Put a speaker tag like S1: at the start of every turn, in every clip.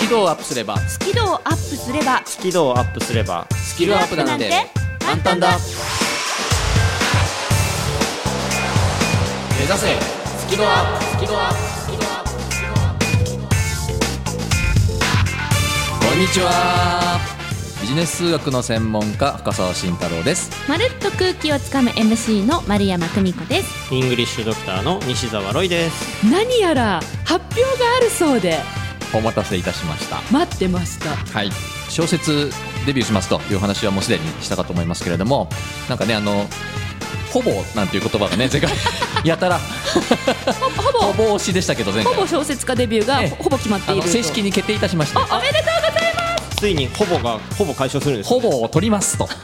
S1: キ度をアップすれば
S2: スキルをアップすれば
S3: スキルをアップすれば
S1: スキルアップなんて簡単だ目指せスキルアップスキルアップスキルアップスキルアップこんにちはビジネス数学の専門家深澤慎太郎です
S2: まるっと空気をつかむ MC の丸山久美子です
S3: イングリッシュドクターの西澤ロイです
S4: 何やら発表があるそうで
S1: お待たせいたしました
S4: 待ってました
S1: はい、小説デビューしますという話はもうすでにしたかと思いますけれどもなんかねあのほぼなんていう言葉がね 前回やたら
S4: ほほぼ
S1: ほぼ推しでしたけど前回
S4: ほぼ小説家デビューが
S1: ええ
S4: ほほぼ決まって
S1: あ
S4: いる
S1: の
S4: と
S1: 正式に決定いたしまして
S4: おめでとうございま
S3: ついにほぼがほぼ解消するんです
S1: ほ
S3: ね、
S1: ぼを取りますと
S4: す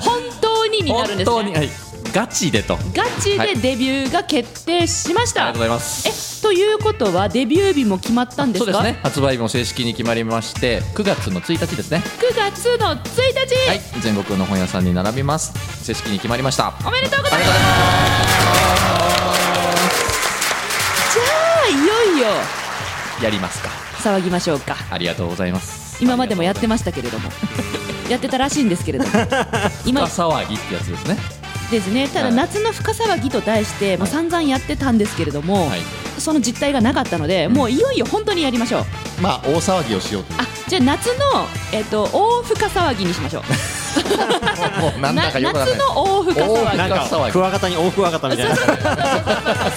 S4: 本当ににな
S1: 本
S4: るんです
S1: 当に、
S4: ね
S1: はい、ガチでとあり
S4: ガチ
S1: は
S4: で
S1: い
S4: デビューが決定しまし
S1: が
S4: た、
S1: とうございます
S4: えということはデビュー日も決まったんです
S1: そう
S4: か
S1: ですね発売日も正式に決まりまして9月の1日ですね
S4: 9月の1日、
S1: はい全国の本屋さんに並びます正式に決まりました
S4: おめでとうございます
S1: ありがとうござい
S4: じゃあいよいよ
S1: やりますか
S4: 騒ぎましょうか
S1: ありがとうございます
S4: 今までもやってましたけれども やってたらしいんですけれども今
S1: 深騒ぎってやつですね
S4: ですねただ
S1: はい
S4: 夏の深騒ぎと題してもう散々やってたんですけれども、
S1: はい
S4: その実態がなかったので、もういよいよ本当にやりましょう
S1: まあ大騒ぎをしようという
S4: あじゃあ夏の、えっと大深騒ぎにしましょう
S1: もう なんだかよくわかんない
S4: 夏の大深
S1: 大
S3: な
S4: 騒
S3: ん
S1: 深
S3: かクワガタに大クワガタみたいな
S4: ぎ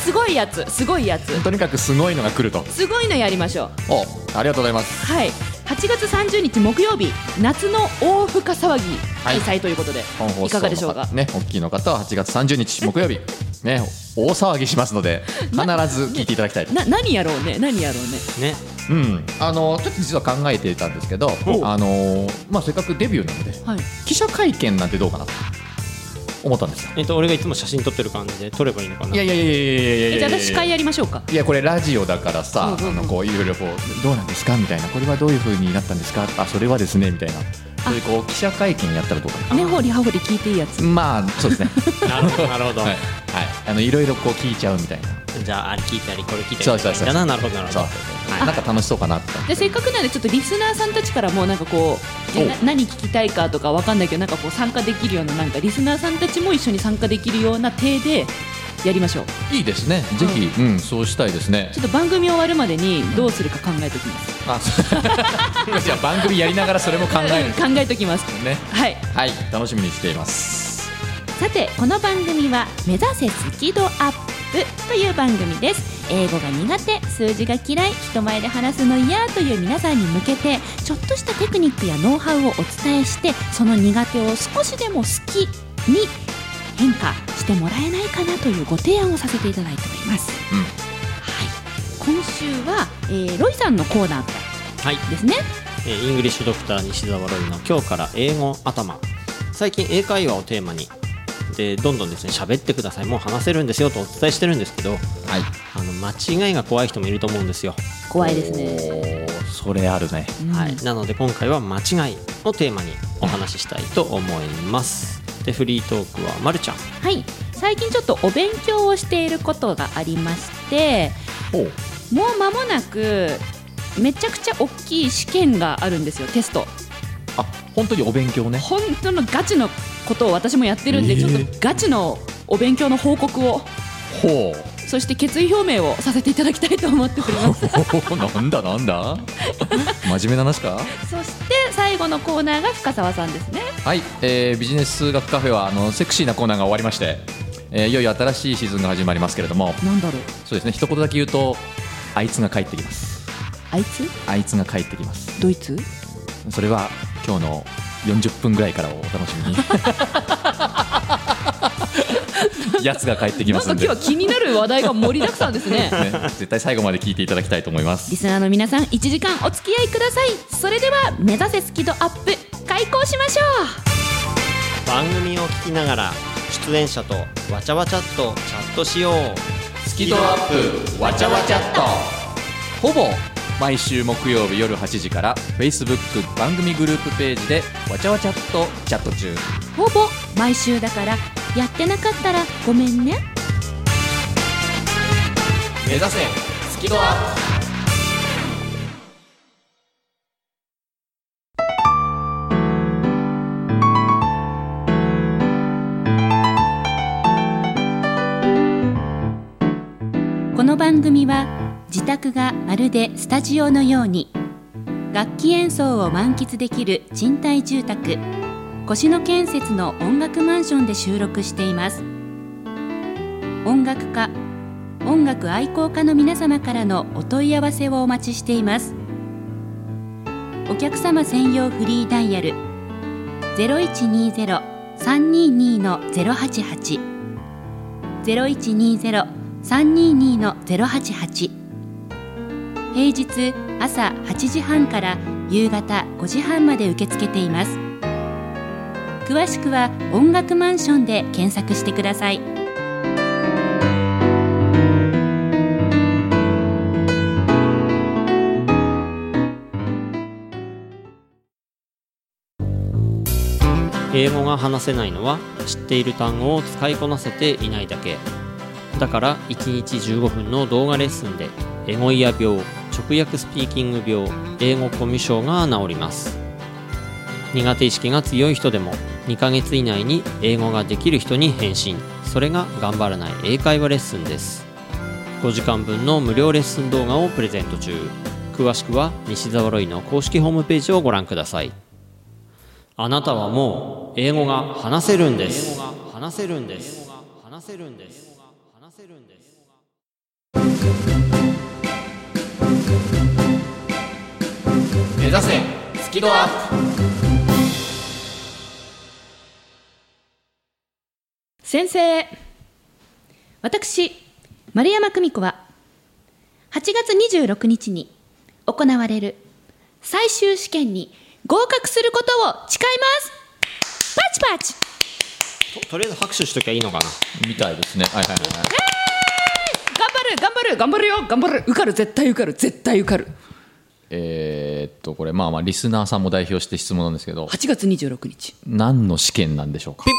S4: すごいやつすごいやつ
S1: とにかくすごいのが来ると
S4: すごいのやりましょう
S1: おありがとうございます
S4: はい8月30日木曜日夏の大深騒ぎ
S1: い
S4: 開催ということで、
S1: 本放送の
S4: い、かがでしょうか
S1: ね大きいの方は8月30日木曜日ね大騒ぎします ので必ず聞いていただきたい
S4: な何やろうね何やろうね
S3: ね
S1: うんあのちょっと実は考えていたんですけど
S3: お
S1: あのまあせっかくデビューなので
S4: はい
S1: 記者会見なんてどうかなと思ったんですよ
S3: えっと俺がいつも写真撮ってる感じで撮ればいいのかない
S1: やいやいやいやいやいや
S4: え
S1: いや
S4: じゃあ私司会やりましょうか
S1: いやこれラジオだからさ、
S4: うんうんうん
S1: あのこういろいろこうどうなんですかみたいなこれはどういう風になったんですかあそれはですねみたいなそういうこう記者会見やったらどうか
S4: 根掘り葉掘り聞いていいやつ
S1: なまあそうですね
S3: なるほどなるほど、
S1: はい、はい、あのいろいろこう聞いちゃうみたいな
S3: じゃああれ聞いたりこれ聞いたり
S1: そうそうそう
S3: だななるほどなるほど
S1: そう
S3: はい
S1: なんか楽しそうかなって
S4: でせっかくなんでちょっとリスナーさんたちからもなんかこう
S1: お
S4: な何聞きたいかとかわかんないけどなんかこう参加できるようななんかリスナーさんたちも一緒に参加できるような体でやりましょう
S1: いいですねぜひ、うん、そうしたいですね
S4: ちょっと番組終わるまでにどうするか考えときます、
S1: あそう じゃあ番組やりながらそれも考えるんで
S4: 考えときます
S1: すね
S4: はい
S1: はい楽しみにしています
S2: さてこの番組は「目指せスキドアップ」という番組です英語が苦手数字が嫌い人前で話すの嫌という皆さんに向けてちょっとしたテクニックやノウハウをお伝えしてその苦手を少しでも好きに変化してもらえないかなというご提案をさせていただいております、
S1: うん
S2: はい、今週は、えーロイさんのコーナーから
S3: はい
S2: ですね
S3: えーイングリッシュドクター西澤ロイの「今日から英語頭」最近英会話をテーマにでどんどんですね喋ってくださいもう話せるんですよとお伝えしてるんですけど
S1: はい
S3: あの間違いが怖い人もいると思うんですよ、
S2: 怖いですね
S1: ねそれあるね
S3: はい、なので今回は間違いをテーマにお話ししたいと思いますでフリートークはまるちゃん
S2: はい最近ちょっとお勉強をしていることがありまして
S1: おう
S2: もう間もな
S4: なくめちゃくちゃ大きい試験があるんですよテスト
S1: あ本当にお勉強ね
S4: 本当のガチのことを私もやってるんで、
S1: えー
S4: ちょっとガチのお勉強の報告を
S1: ほう
S4: そして決意表明をさせていただきたいと思っており ます
S1: お なんだなんだ真面目な話か
S4: そして最後のコーナーが深澤さんですね。
S1: はい、えービジネス数学カフェはあのセクシーなコーナーが終わりまして、えーいよいよ新しいシーズンが始まりますけれども
S4: なんだろう。
S1: そうですね一言だけ言うとあいつが帰ってきます
S4: あいつ？
S1: あいつが帰ってきます
S4: ドイツ？
S1: それは今日の40分ぐらいからをお楽しみにやつが帰ってき
S4: な
S1: ま
S4: んか
S1: す
S4: 今日
S1: んで
S4: は気になる話題が盛りだくさんです ね。
S1: ね、絶対最後まで聞いていただきたいと思います
S2: リスナーの皆さん1時間お付き合いくださいそれでは目指せスキドアップ開講しましょ
S3: 番組を聞きながら出演者とわちゃわちゃっとチャットしよう
S1: スキドアップわちゃわちゃっとほぼ毎週木曜日夜8時から Facebook 番組グループページでわちゃわちゃっとチャット中
S2: うほぼ毎週だからやってなかったらごめんね
S1: 目指せスキドアッ
S2: この番組は自宅がまるでスタジオのように楽器演奏を満喫できる賃貸住宅越野建設の音楽マンションで収録しています音楽家音楽愛好家の皆様からのお問い合わせをお待ちしていますお客様専用フリーダイヤル0120-322-088 0120-322-088平日朝8時半から夕方5時半まで受け付けています詳しくは音楽マンションで検索してください
S3: 英語が話せないのは知っている単語を使いこなせていないだけだから1日15分の動画レッスンでエゴイヤ病直訳スピーキング病英語コミュ障が治ります苦手意識が強い人でも2ヶ月以内に英語ができる人に返信それが頑張らない英会話レッスンです5時間分の無料レッスン動画をプレゼント中詳しくは西澤ロイの公式ホームページをご覧くださいあなたはもう英語が話せるんです。話せるんです。話せるんです。話せるんです。
S1: 目指せスキドアップ
S4: 先生
S2: 私丸山久美子は8月26日に行われる最終試験に合格することを誓いますパチパチ
S3: ととりあえず拍手しときゃいいのかな。
S1: みたいですねはいはいはいはい
S4: 頑張る頑張る頑張るよ頑張る受かる絶対受かる絶対受かる
S1: えーっとこれまあまあリスナーさんも代表して質問なんですけど
S4: 8月26日
S1: 何の試験なんでしょうか
S3: ピン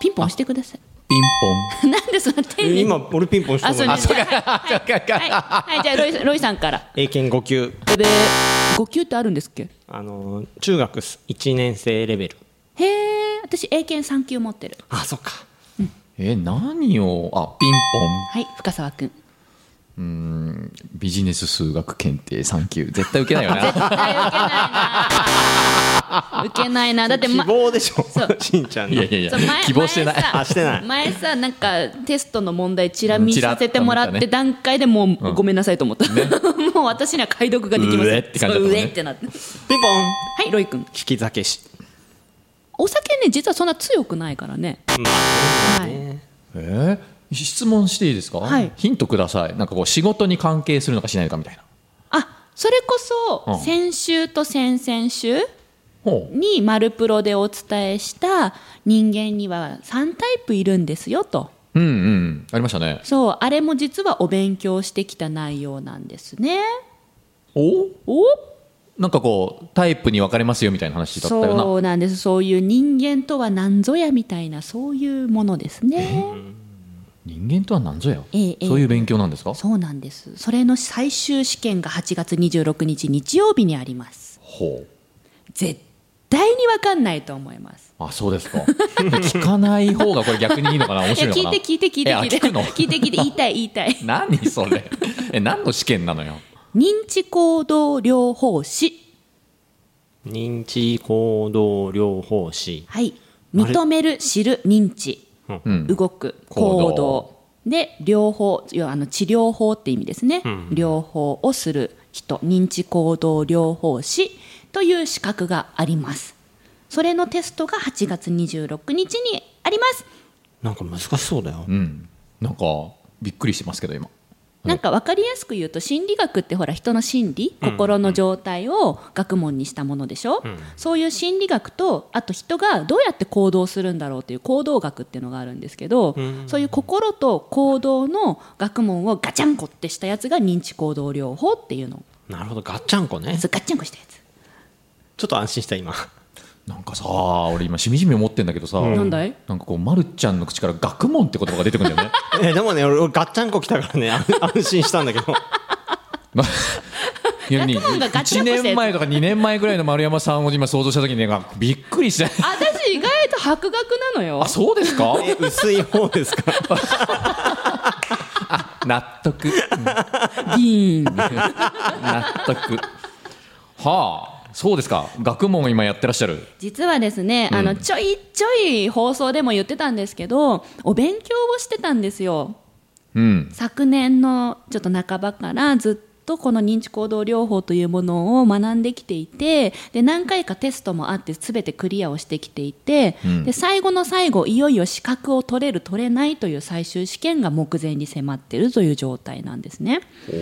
S2: ピンポン押してください
S1: ピンポン
S2: なんでそんな丁
S3: ポン。
S2: 寧に
S3: 今俺ピンポンした
S4: あ
S3: の
S4: そう
S3: に
S4: で。すね
S2: はい、はい、じゃあロイロイさんから
S3: 英検5級。
S4: で5級ってあるんですっけ
S3: あのー中学1年生レベル。
S2: へえ私英検3級持ってる
S3: あそっか。
S1: え何をあピンポン
S2: はい深澤君
S1: ビジネス数学検定3級絶対受けないよ ね
S2: 受けないなだ って、
S3: 希
S2: ま、
S3: 望でし
S2: そう
S3: ょ。しんちゃん
S1: い
S3: の
S1: やい。やいや
S2: そう前
S1: 希望してない
S2: 前さ
S3: あしてない
S2: 前さなんかテストの問題チラ見させてもらっ
S1: うんチ
S2: て
S1: ラッ
S4: 段階でもう、ごめんなさいと思った、
S2: もう私には解読ができません
S1: うえって感じだったもんね
S2: そううえってなって
S3: ピンポン。
S2: はいロイ君
S3: 聞き酒し。
S2: お酒ね実はそんな強くないからね
S1: えー質問していいですか、
S2: はい
S1: ヒントくださいなんかこう仕事に関係するのかしないのかみたいな
S2: あそれこ
S1: う
S2: そ
S1: ん
S2: 先週と先々週
S1: ほう
S2: に「マルプロ」でお伝えした人間には3タイプいるんですよと
S1: うんうんありましたね
S2: そうあれも実はお勉強してきた内容なんですね
S1: お
S2: お
S1: なんかこうタイプに分かれますよみたいな話だったよな
S2: そうなんですそういう人間とは何ぞやみたいなそういうものですね
S1: 人間とは何ぞや、
S2: ええええ
S1: そういう勉強なんですか
S2: そうなんですそれの最終試験が8月26日日曜日にあります
S1: ほう
S2: 絶対に分かんないと思います
S1: あそうですか 聞かない方がこれ逆にいいのかな面
S2: いや
S1: 白い
S2: 聞
S1: のかない
S2: て聞いて聞いて
S1: えあ
S2: 聞いて
S1: 聞くの
S2: 聞いて聞いて言いたい言いたい
S1: 何それえ何の試験なのよ
S2: 認知行動療法士
S3: 認知行動療法士。
S2: はい認める知る認知
S1: うん
S2: 動く
S1: 行動
S2: 行動で療法要はあの治療法って意味ですね、療法をする人認知行動療法士という資格がありますそれのテストが8月26日にあります
S3: なんか難しそうだよ。
S1: うんなんかびっくりしてますけど今
S2: なんか分かりやすく言うと心理学ってほら人の心理心の状態を学問にしたものでしょ、そういう心理学とあと人がどうやって行動するんだろうっていう行動学っていうのがあるんですけど、そういう心と行動の学問をガチャンコってしたやつが認知行動療法っていうの
S3: なるほど。ガッチャンコね。
S2: そうガッチャンコしたや つ、
S3: ちょっと安心した今。
S1: なんかさ俺今しみじみ思ってんだけどさ、
S2: なんだい
S1: なんかこう、ま、るちゃんの口から学問って言葉が出てくるんだよね
S3: えでもね俺俺ガッチャンコ来たからね あ安心したんだけど
S1: いやね
S2: 学問がガチャ
S1: 1
S2: ンコして
S1: 年前とか2年前ぐらいの丸山さんを今想像した時に、ね、びっくり して
S4: 私意外と博学なのよ
S1: あそうですか
S3: え薄い方ですか
S1: 納得
S4: ビーン
S1: 納得はあそうですか学問を今やってらっしゃる
S2: 実はですね、あのちょいちょい放送でも言ってたんですけどお勉強をしてたんですよ
S1: うん
S2: 昨年のちょっと半ばからずっとこの認知行動療法というものを学んできていてで何回かテストもあって全てクリアをしてきていて、
S1: うん
S2: で最後の最後いよいよ資格を取れる取れないという最終試験が目前に迫ってるという状態なんですね。う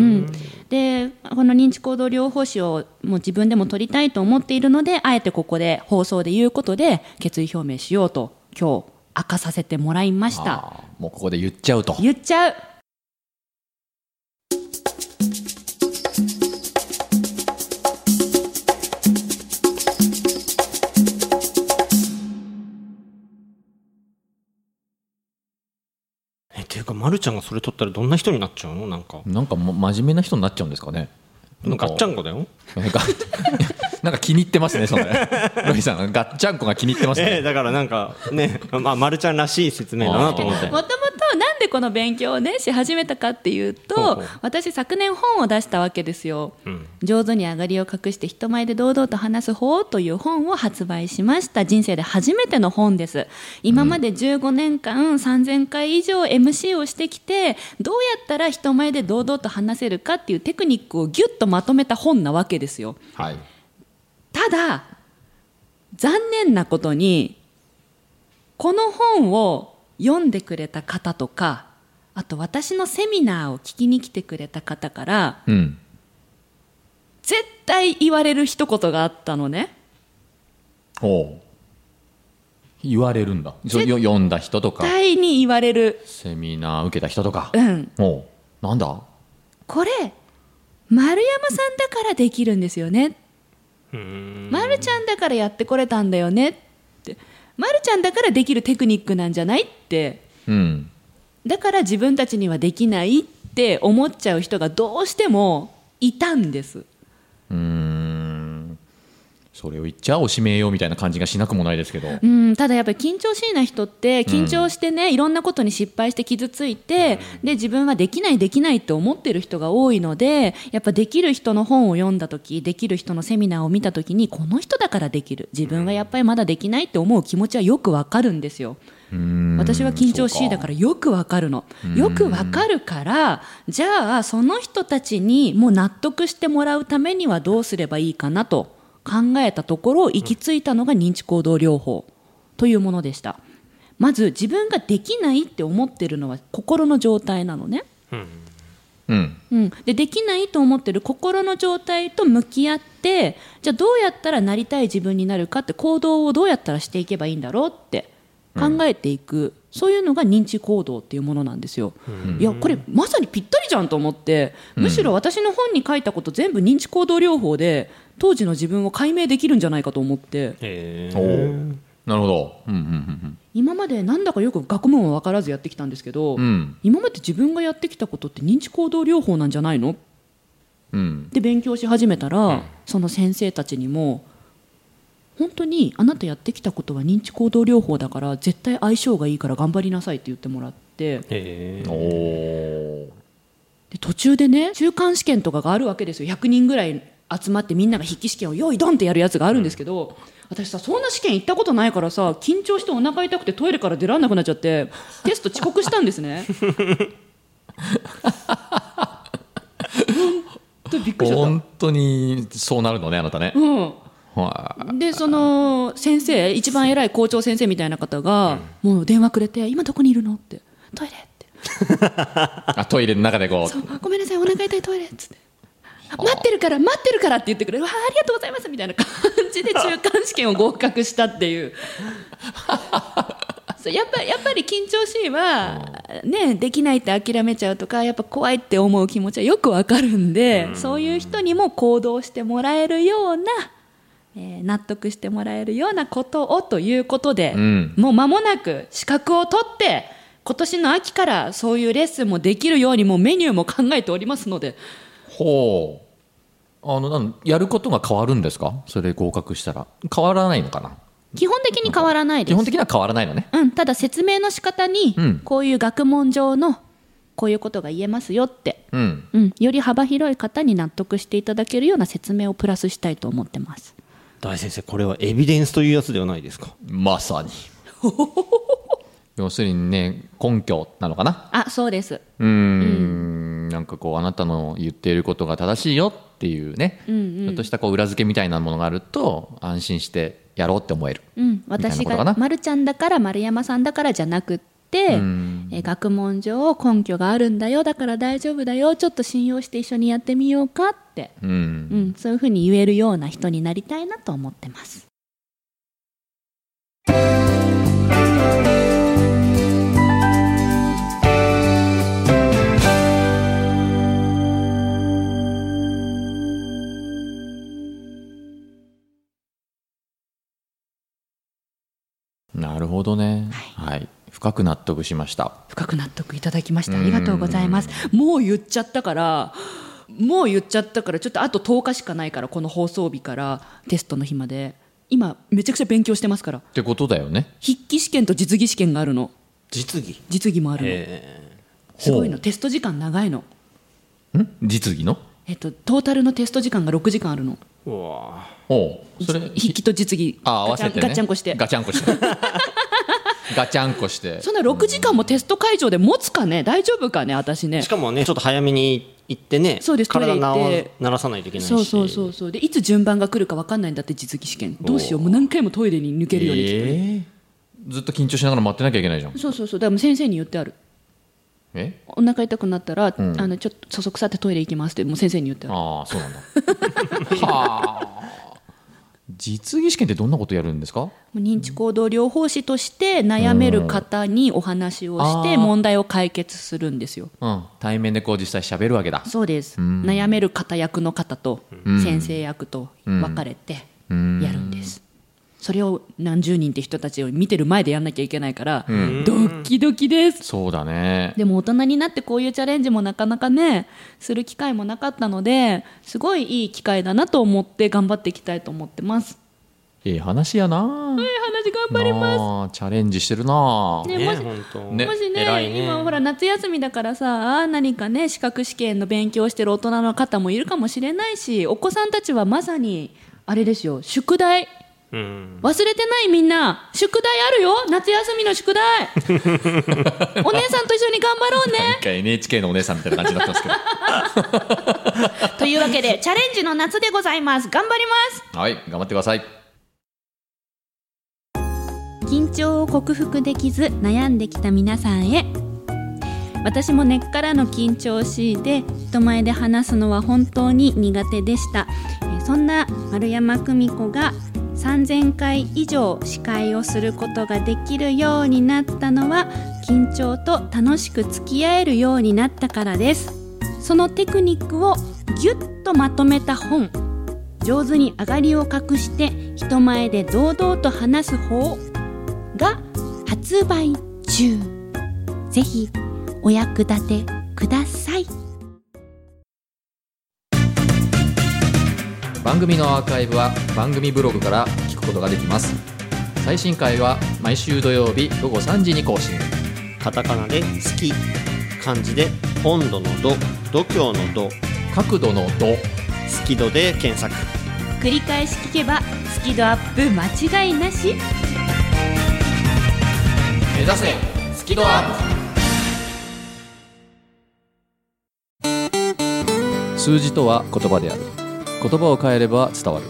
S2: ん、でこの認知行動療法士をもう自分でも取りたいと思っているのであえてここで放送で言うことで決意表明しようと今日明かさせてもらいました。
S1: ああもうここで言っちゃうと
S2: 言っちゃう
S3: えていうか、ま、るちゃんがそれ取ったらどんな人になっちゃうのなんか
S1: なんかも真面目な人になっちゃうんですかね
S3: ガッチャ
S1: ン
S3: ンコだよ
S1: なん かなんか気に入ってますねそれ ロイさんガッチャンコが気に入ってます
S3: ええ
S1: ね
S3: だからなんかね、まあ、まるちゃんらしい説明だなと思って
S2: もともとなんでこの勉強をねし始めたかっていうと
S3: ほうほう
S2: 私昨年本を出したわけですよ、
S3: うん
S2: 上手に上がりを隠して人前で堂々と話す方という本を発売しました人生で初めての本です今まで15年間3000回以上 MC をしてきてどうやったら人前で堂々と話せるかっていうテクニックをギュッとまとめた本なわけですよ
S1: はい
S2: ただ残念なことにこの本を読んでくれた方とかあと私のセミナーを聞きに来てくれた方から
S1: うん
S2: 絶対言われる一言があったのね
S1: おう言われるんだそよ読んだ人とか
S2: 絶対に言われる
S1: セミナー受けた人とか
S2: うん
S1: おうなんだ
S2: これ丸山さんだからできるんですよね
S3: うーん
S2: 丸ちゃんだからやってこれたんだよねって丸ちゃんだからできるテクニックなんじゃないって
S1: うん
S2: だから自分たちにはできないって思っちゃう人がどうしてもいたんです
S1: うーんそれを言っちゃおしめようみたいな感じがしなくもないですけど
S2: うんただやっぱり緊張しいな人って緊張してね、いろんなことに失敗して傷ついて、で自分はできないできないって思ってる人が多いのでやっぱできる人の本を読んだ時できる人のセミナーを見た時にこの人だからできる自分はやっぱりまだできないって思う気持ちはよくわかるんですよ。私は緊張しいだからよくわかるのよくわかるからじゃあその人たちにもう納得してもらうためにはどうすればいいかなと考えたところ行き着いたのが認知行動療法というものでしたまず自分ができないって思ってるのは心の状態なのね、
S1: うん
S2: うん、でできないと思ってる心の状態と向き合ってじゃあどうやったらなりたい自分になるかって行動をどうやったらしていけばいいんだろうって考えていく、そういうのが認知行動っていうものなんですよ、いやこれまさにぴったりじゃんと思ってむしろ私の本に書いたこと全部認知行動療法で当時の自分を解明できるんじゃないかと思って
S3: え
S1: おう
S3: ー
S1: なるほどうんうん
S2: 今までなんだかよく学問は分からずやってきたんですけど、
S1: うんうん
S2: 今まで自分がやってきたことって認知行動療法なんじゃないの
S1: うんうん
S2: で勉強し始めたら、その先生たちにも本当にあなたやってきたことは認知行動療法だから絶対相性がいいから頑張りなさいって言ってもらって
S3: えー
S1: おお
S2: で途中でね中間試験とかがあるわけですよ100人ぐらい集まってみんなが筆記試験をよいどんってやるやつがあるんですけど、私さそんな試験行ったことないからさ緊張してお腹痛くてトイレから出られなくなっちゃってテスト遅刻したんです ね。本当にびっくりしちゃった。
S1: 本当にそうなるのねあなたね
S2: うん
S1: は
S2: でその先生一番偉い校長先生みたいな方が、もう電話くれて「今どこにいるの?」って「トイレ」って
S1: いあトイレの中で こう
S2: 「ごめんなさいお腹痛いトイレ」っつってあ「待ってるから待ってるから」って言ってくれる「わあありがとうございます」みたいな感じで中間試験を合格したっていう そうやっぱやっぱり緊張しいは、ね、できないって諦めちゃうとかやっぱ怖いって思う気持ちはよくわかるんで、そういう人にも行動してもらえるような。えー納得してもらえるようなことをということで、
S1: うん
S2: もう間もなく資格を取って今年の秋からそういうレッスンもできるようにもうメニューも考えておりますので
S1: ほうあのなんやることが変わるんですかそれで合格したら変わらないのかな
S2: 基本的に変わらないです
S1: 基本的には変わらないのね
S2: うん、ただ説明の仕方に
S1: うん
S2: こういう学問上のこういうことが言えますよって、
S1: うん
S2: うん、より幅広い方に納得していただけるような説明をプラスしたいと思ってます。
S3: 大先生これはエビデンスというやつではないですか
S1: まさに 要するにね根拠なのかな
S2: あ、そうです。
S1: うーんなんかこうあなたの言っていることが正しいよっていうね、
S2: んうん
S1: ちょっとしたこう裏付けみたいなものがあると安心してやろうって思える
S2: うん、
S1: みたいな
S2: 私
S1: ことかな
S2: が丸ちゃんだから丸山さんだからじゃなくって、
S1: ん
S2: えー学問上根拠があるんだよだから大丈夫だよちょっと信用して一緒にやってみようかって、
S1: う
S2: うんん、そういうふうに言えるような人になりたいなと思ってます。
S1: なるほどねはい、深く納得しました
S4: 深く納得いただきましたありがとうございますもう言っちゃったからもう言っちゃったからちょっとあと10日しかないからこの放送日からテストの日まで今めちゃくちゃ勉強してますから
S1: ってことだよね
S4: 筆記試験と実技試験があるの
S3: 実技
S4: 実技もあるの、すごいのテスト時間長いの
S1: ん実技の
S4: えっとトータルのテスト時間が6時間あるの
S3: うわ
S1: おうそれ
S4: 筆記と実技
S1: あ合わせて、ね、
S4: ガチャンガチャンコして
S1: ガチャンコして ガチャンコして
S4: そんな6時間もテスト会場で持つかね大丈夫かね私ね
S3: しかもねちょっと早めに行ってね
S4: そうです
S3: 体
S4: トイレ行っ
S3: な
S4: て
S3: 鳴らさないといけないし
S4: そうそうそうそうでいつ順番が来るか分かんないんだって実技試験どうしようもう何回もトイレに抜けるようにきっとね、
S1: えーずっと緊張しながら待ってなきゃいけないじゃん
S4: そうそうそうだからもう先生に言ってある
S1: え
S4: お腹痛くなったら、
S1: ん
S4: あのちょっとそそくさってトイレ行きますってもう先生に言ってある
S1: ああそうなんだ はあ実技試験ってどんなことやるんですか
S2: もう認知行動療法士として悩める方にお話をし
S1: う
S2: て
S1: んあー
S2: 問題を解決するんですよ。
S1: うん対面でこう実際しゃべるわけだ
S2: そうです、悩める方役の方と先生役と分かれてやるんです、
S4: それを何十人って人たちを見てる前でやんなきゃいけないから、ドッキドキです
S1: そうだね
S2: でも大人になってこういうチャレンジもなかなかねする機会もなかったのですごいいい機会だなと思って頑張っていきたいと思ってます
S1: ええ話やな
S2: 話頑張
S1: な
S2: りま
S1: あチャレンジしてるなあ
S2: すねも
S3: ね
S2: し
S3: 本当
S1: ね
S2: もしね
S3: 偉いね
S2: 今ほら夏休みだからさ何かね資格試験の勉強してる大人の方もいるかもしれないしお子さんたちはまさにあれですよ宿題
S3: うん
S2: 忘れてないみんな宿題あるよ夏休みの宿 題お姉さんと一緒に頑張ろうね
S1: なんか NHK のお姉さんみたいな感じだったんです け
S2: というわけでチャレンジの夏でございます頑張ります
S1: どはい頑張ってください
S2: 緊張を克服できず悩んできた皆さんへ私も根っからの緊張を強いて人前で話すのは本当に苦手でしたえーそんな丸山久美子が3000回以上司会をすることができるようになったのは緊張と楽しく付き合えるようになったからですそのテクニックをぎゅっとまとめた本上手に上がりを隠して人前で堂々と話す方が発売中ぜひお役立てください
S1: 番組のアーカイブは番組ブログから聞くことができます最新回は毎週土曜日午後3時に更新
S3: カタカナで「好き」漢字で「温度の度」「度胸の度」
S1: 角度の度
S3: 「好き度」で検索
S2: 繰り返し聞けばスキドアップ間違いなし
S1: 目指せスキドアップ数字とは言葉である言葉を変えれば伝わる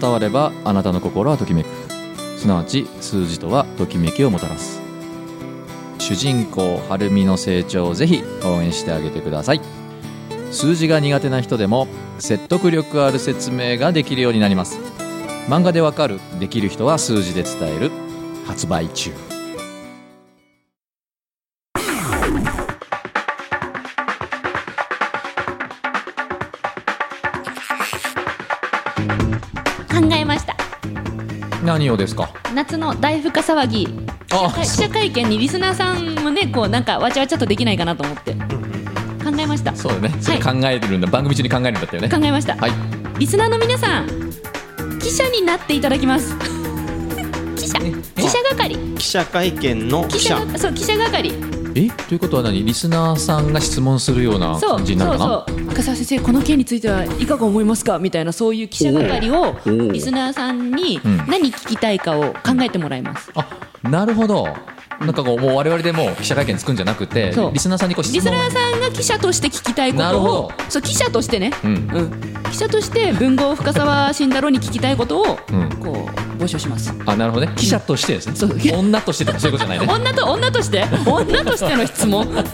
S1: 伝わればあなたの心はときめくすなわち数字とはときめきをもたらす主人公春美の成長をぜひ応援してあげてください数字が苦手な人でも説得力ある説明ができるようになります漫画でわかるできる人は数字で伝える発売中
S2: 考えました
S1: 何をですか
S2: 夏の大深騒ぎ
S1: あ
S4: 記者会見にリスナーさんもねこうなんかわちゃわちゃっとできないかなと思って考えました考
S1: そうだね。それ考えてるんだ。番組中に考えるんだったよね。
S4: えました、
S1: はい。
S4: リスナーの皆さん記者になっていただきます
S2: 記者記者係
S3: 記者会見の
S2: 記
S3: 記
S2: 者
S3: 者
S2: そう記者係
S1: えということは何リスナーさんが質問するような
S2: そう
S1: 感じになるかな
S2: そうそう赤澤先生この件についてはいかが思いますかみたいなそういう記者係を
S3: おう
S2: リスナーさんに
S1: うん
S2: 何聞きたいかを考えてもらいます、
S1: あなるほどなんかこうもう我々でもう記者会見つくんじゃなくて
S2: そう
S1: リスナーさんにこう質
S2: リス
S1: 問
S2: ナーさんが記者として聞きたいこ
S1: なる
S2: と
S1: ほ
S2: を
S1: ど
S2: そう記者としてね、
S1: うん
S2: うん、記者として文豪深澤慎太郎に聞きたいことをこう
S1: うん
S2: 募集します
S1: あなるほどね記者としてですね、
S2: そう
S1: 女としてとかそういうことじゃないね
S2: 女と女として女としての質問もう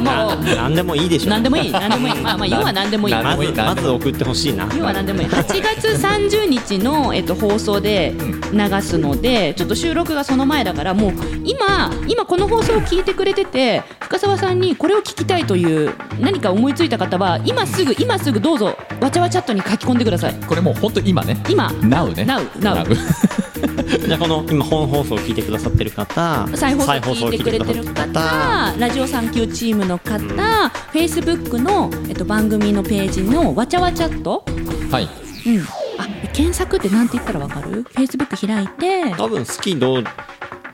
S3: 何でもいいでしょ
S2: 何でもいい 何でもいいまあまあ要は何でもいい
S1: な
S3: まず
S1: 何
S3: ま
S1: で
S3: ず送ってほしい な
S2: 要は何でもいい8月30日の、えっと、放送で流すのでちょっと収録がその前だからもう今今この放送を聞いてくれてて深澤さんにこれを聞きたいという何か思いついた方は今すぐ今すぐどうぞわちゃわちゃっとに書き込んでください
S1: これもう本当今ね
S2: 今
S1: Now ね
S2: Now Now
S1: Now
S3: じゃあこの今本放送を聞いてくださってる方
S2: 再放送聞いてくれてる
S3: 再放送を聞い
S2: 方ラジオ産休チームの方、フェイスブックの、えっと、番組のページのわちゃわちゃっと、
S1: はい
S2: うん、あ検索ってなんて言ったらわかるフェイスブック開いて
S3: 多分好きどう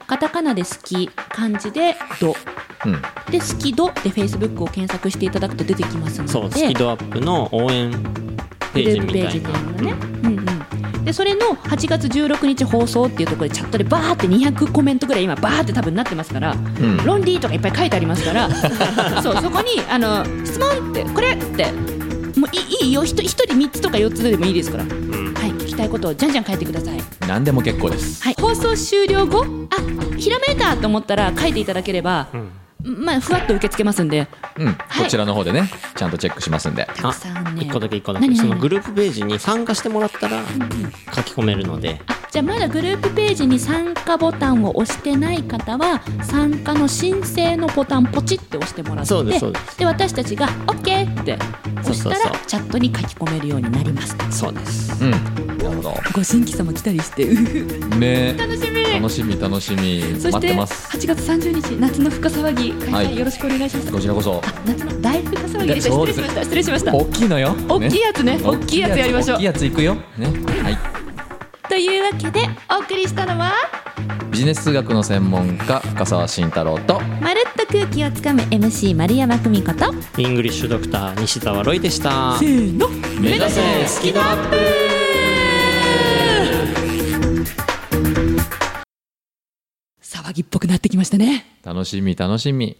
S2: カタカナで好き漢字で「ど
S1: うん」
S2: で「好きど」で Facebook を検索していただくと出てきますので
S3: そうスキドアップの応援
S2: グルー
S3: ページみたいな
S2: プページっていうのね、うんうん、でそれの8月16日放送っていうところでチャットでバーって200コメントぐらい今バーって多分なってますから「
S1: うん
S2: ロンリー」とかいっぱい書いてありますからそうそこにあの「質問」って「これ」ってもういいいいよひと一人3つとか4つでもいいですから、はい、聞きたいことをじゃんじゃん書いてください。
S1: 何でも結構です
S2: はい、放送終了後あひらめいたと思ったら書いていただければ、まあ、ふわっと受け付けますんで
S1: うん
S2: はい
S1: こちらの方でねちゃんとチェックしますんで
S2: たくさんね
S3: 1個だけ1個だけ
S2: 何
S3: そ
S2: 何
S3: のグループページに参加してもらったら書き込めるので
S2: あじゃあまだグループページに参加ボタンを押してない方は参加の申請のボタンポチって押してもらって
S3: そうですそうです
S2: で私たちが OK って押
S3: そう
S2: し
S3: そうそう
S2: たらチャットに書き込めるようになります
S3: そうです
S1: うんなるほど
S2: ご新規様来たりしてうふふ
S1: ね
S2: 楽しみ
S1: 楽しみ楽しみ
S2: そ
S1: 待
S2: し
S1: っててま
S2: 8
S1: す
S2: 月30日夏の深騒ぎ
S1: は
S2: 開催
S1: い
S2: よろしくお願いします、
S1: こちらこそ
S2: あ夏の大深騒ぎでした
S1: そう
S2: 失
S1: です
S2: 礼しました失礼しました
S1: 大きいのよ
S2: 大きいやつね
S1: ね
S2: 大きいやつやりましょう
S1: 大きいやついくよねはい
S2: というわけでお送りしたのは
S1: ビジネス数学の専門家深澤慎太郎と
S2: まるっと空気をつかむ MC 丸山久美子と
S3: イングリッシュドクター西澤ロイでした
S2: せーの
S1: 目指せ
S2: スキドアップ騒ぎっぽくなってきましたね
S1: 楽しみ楽しみ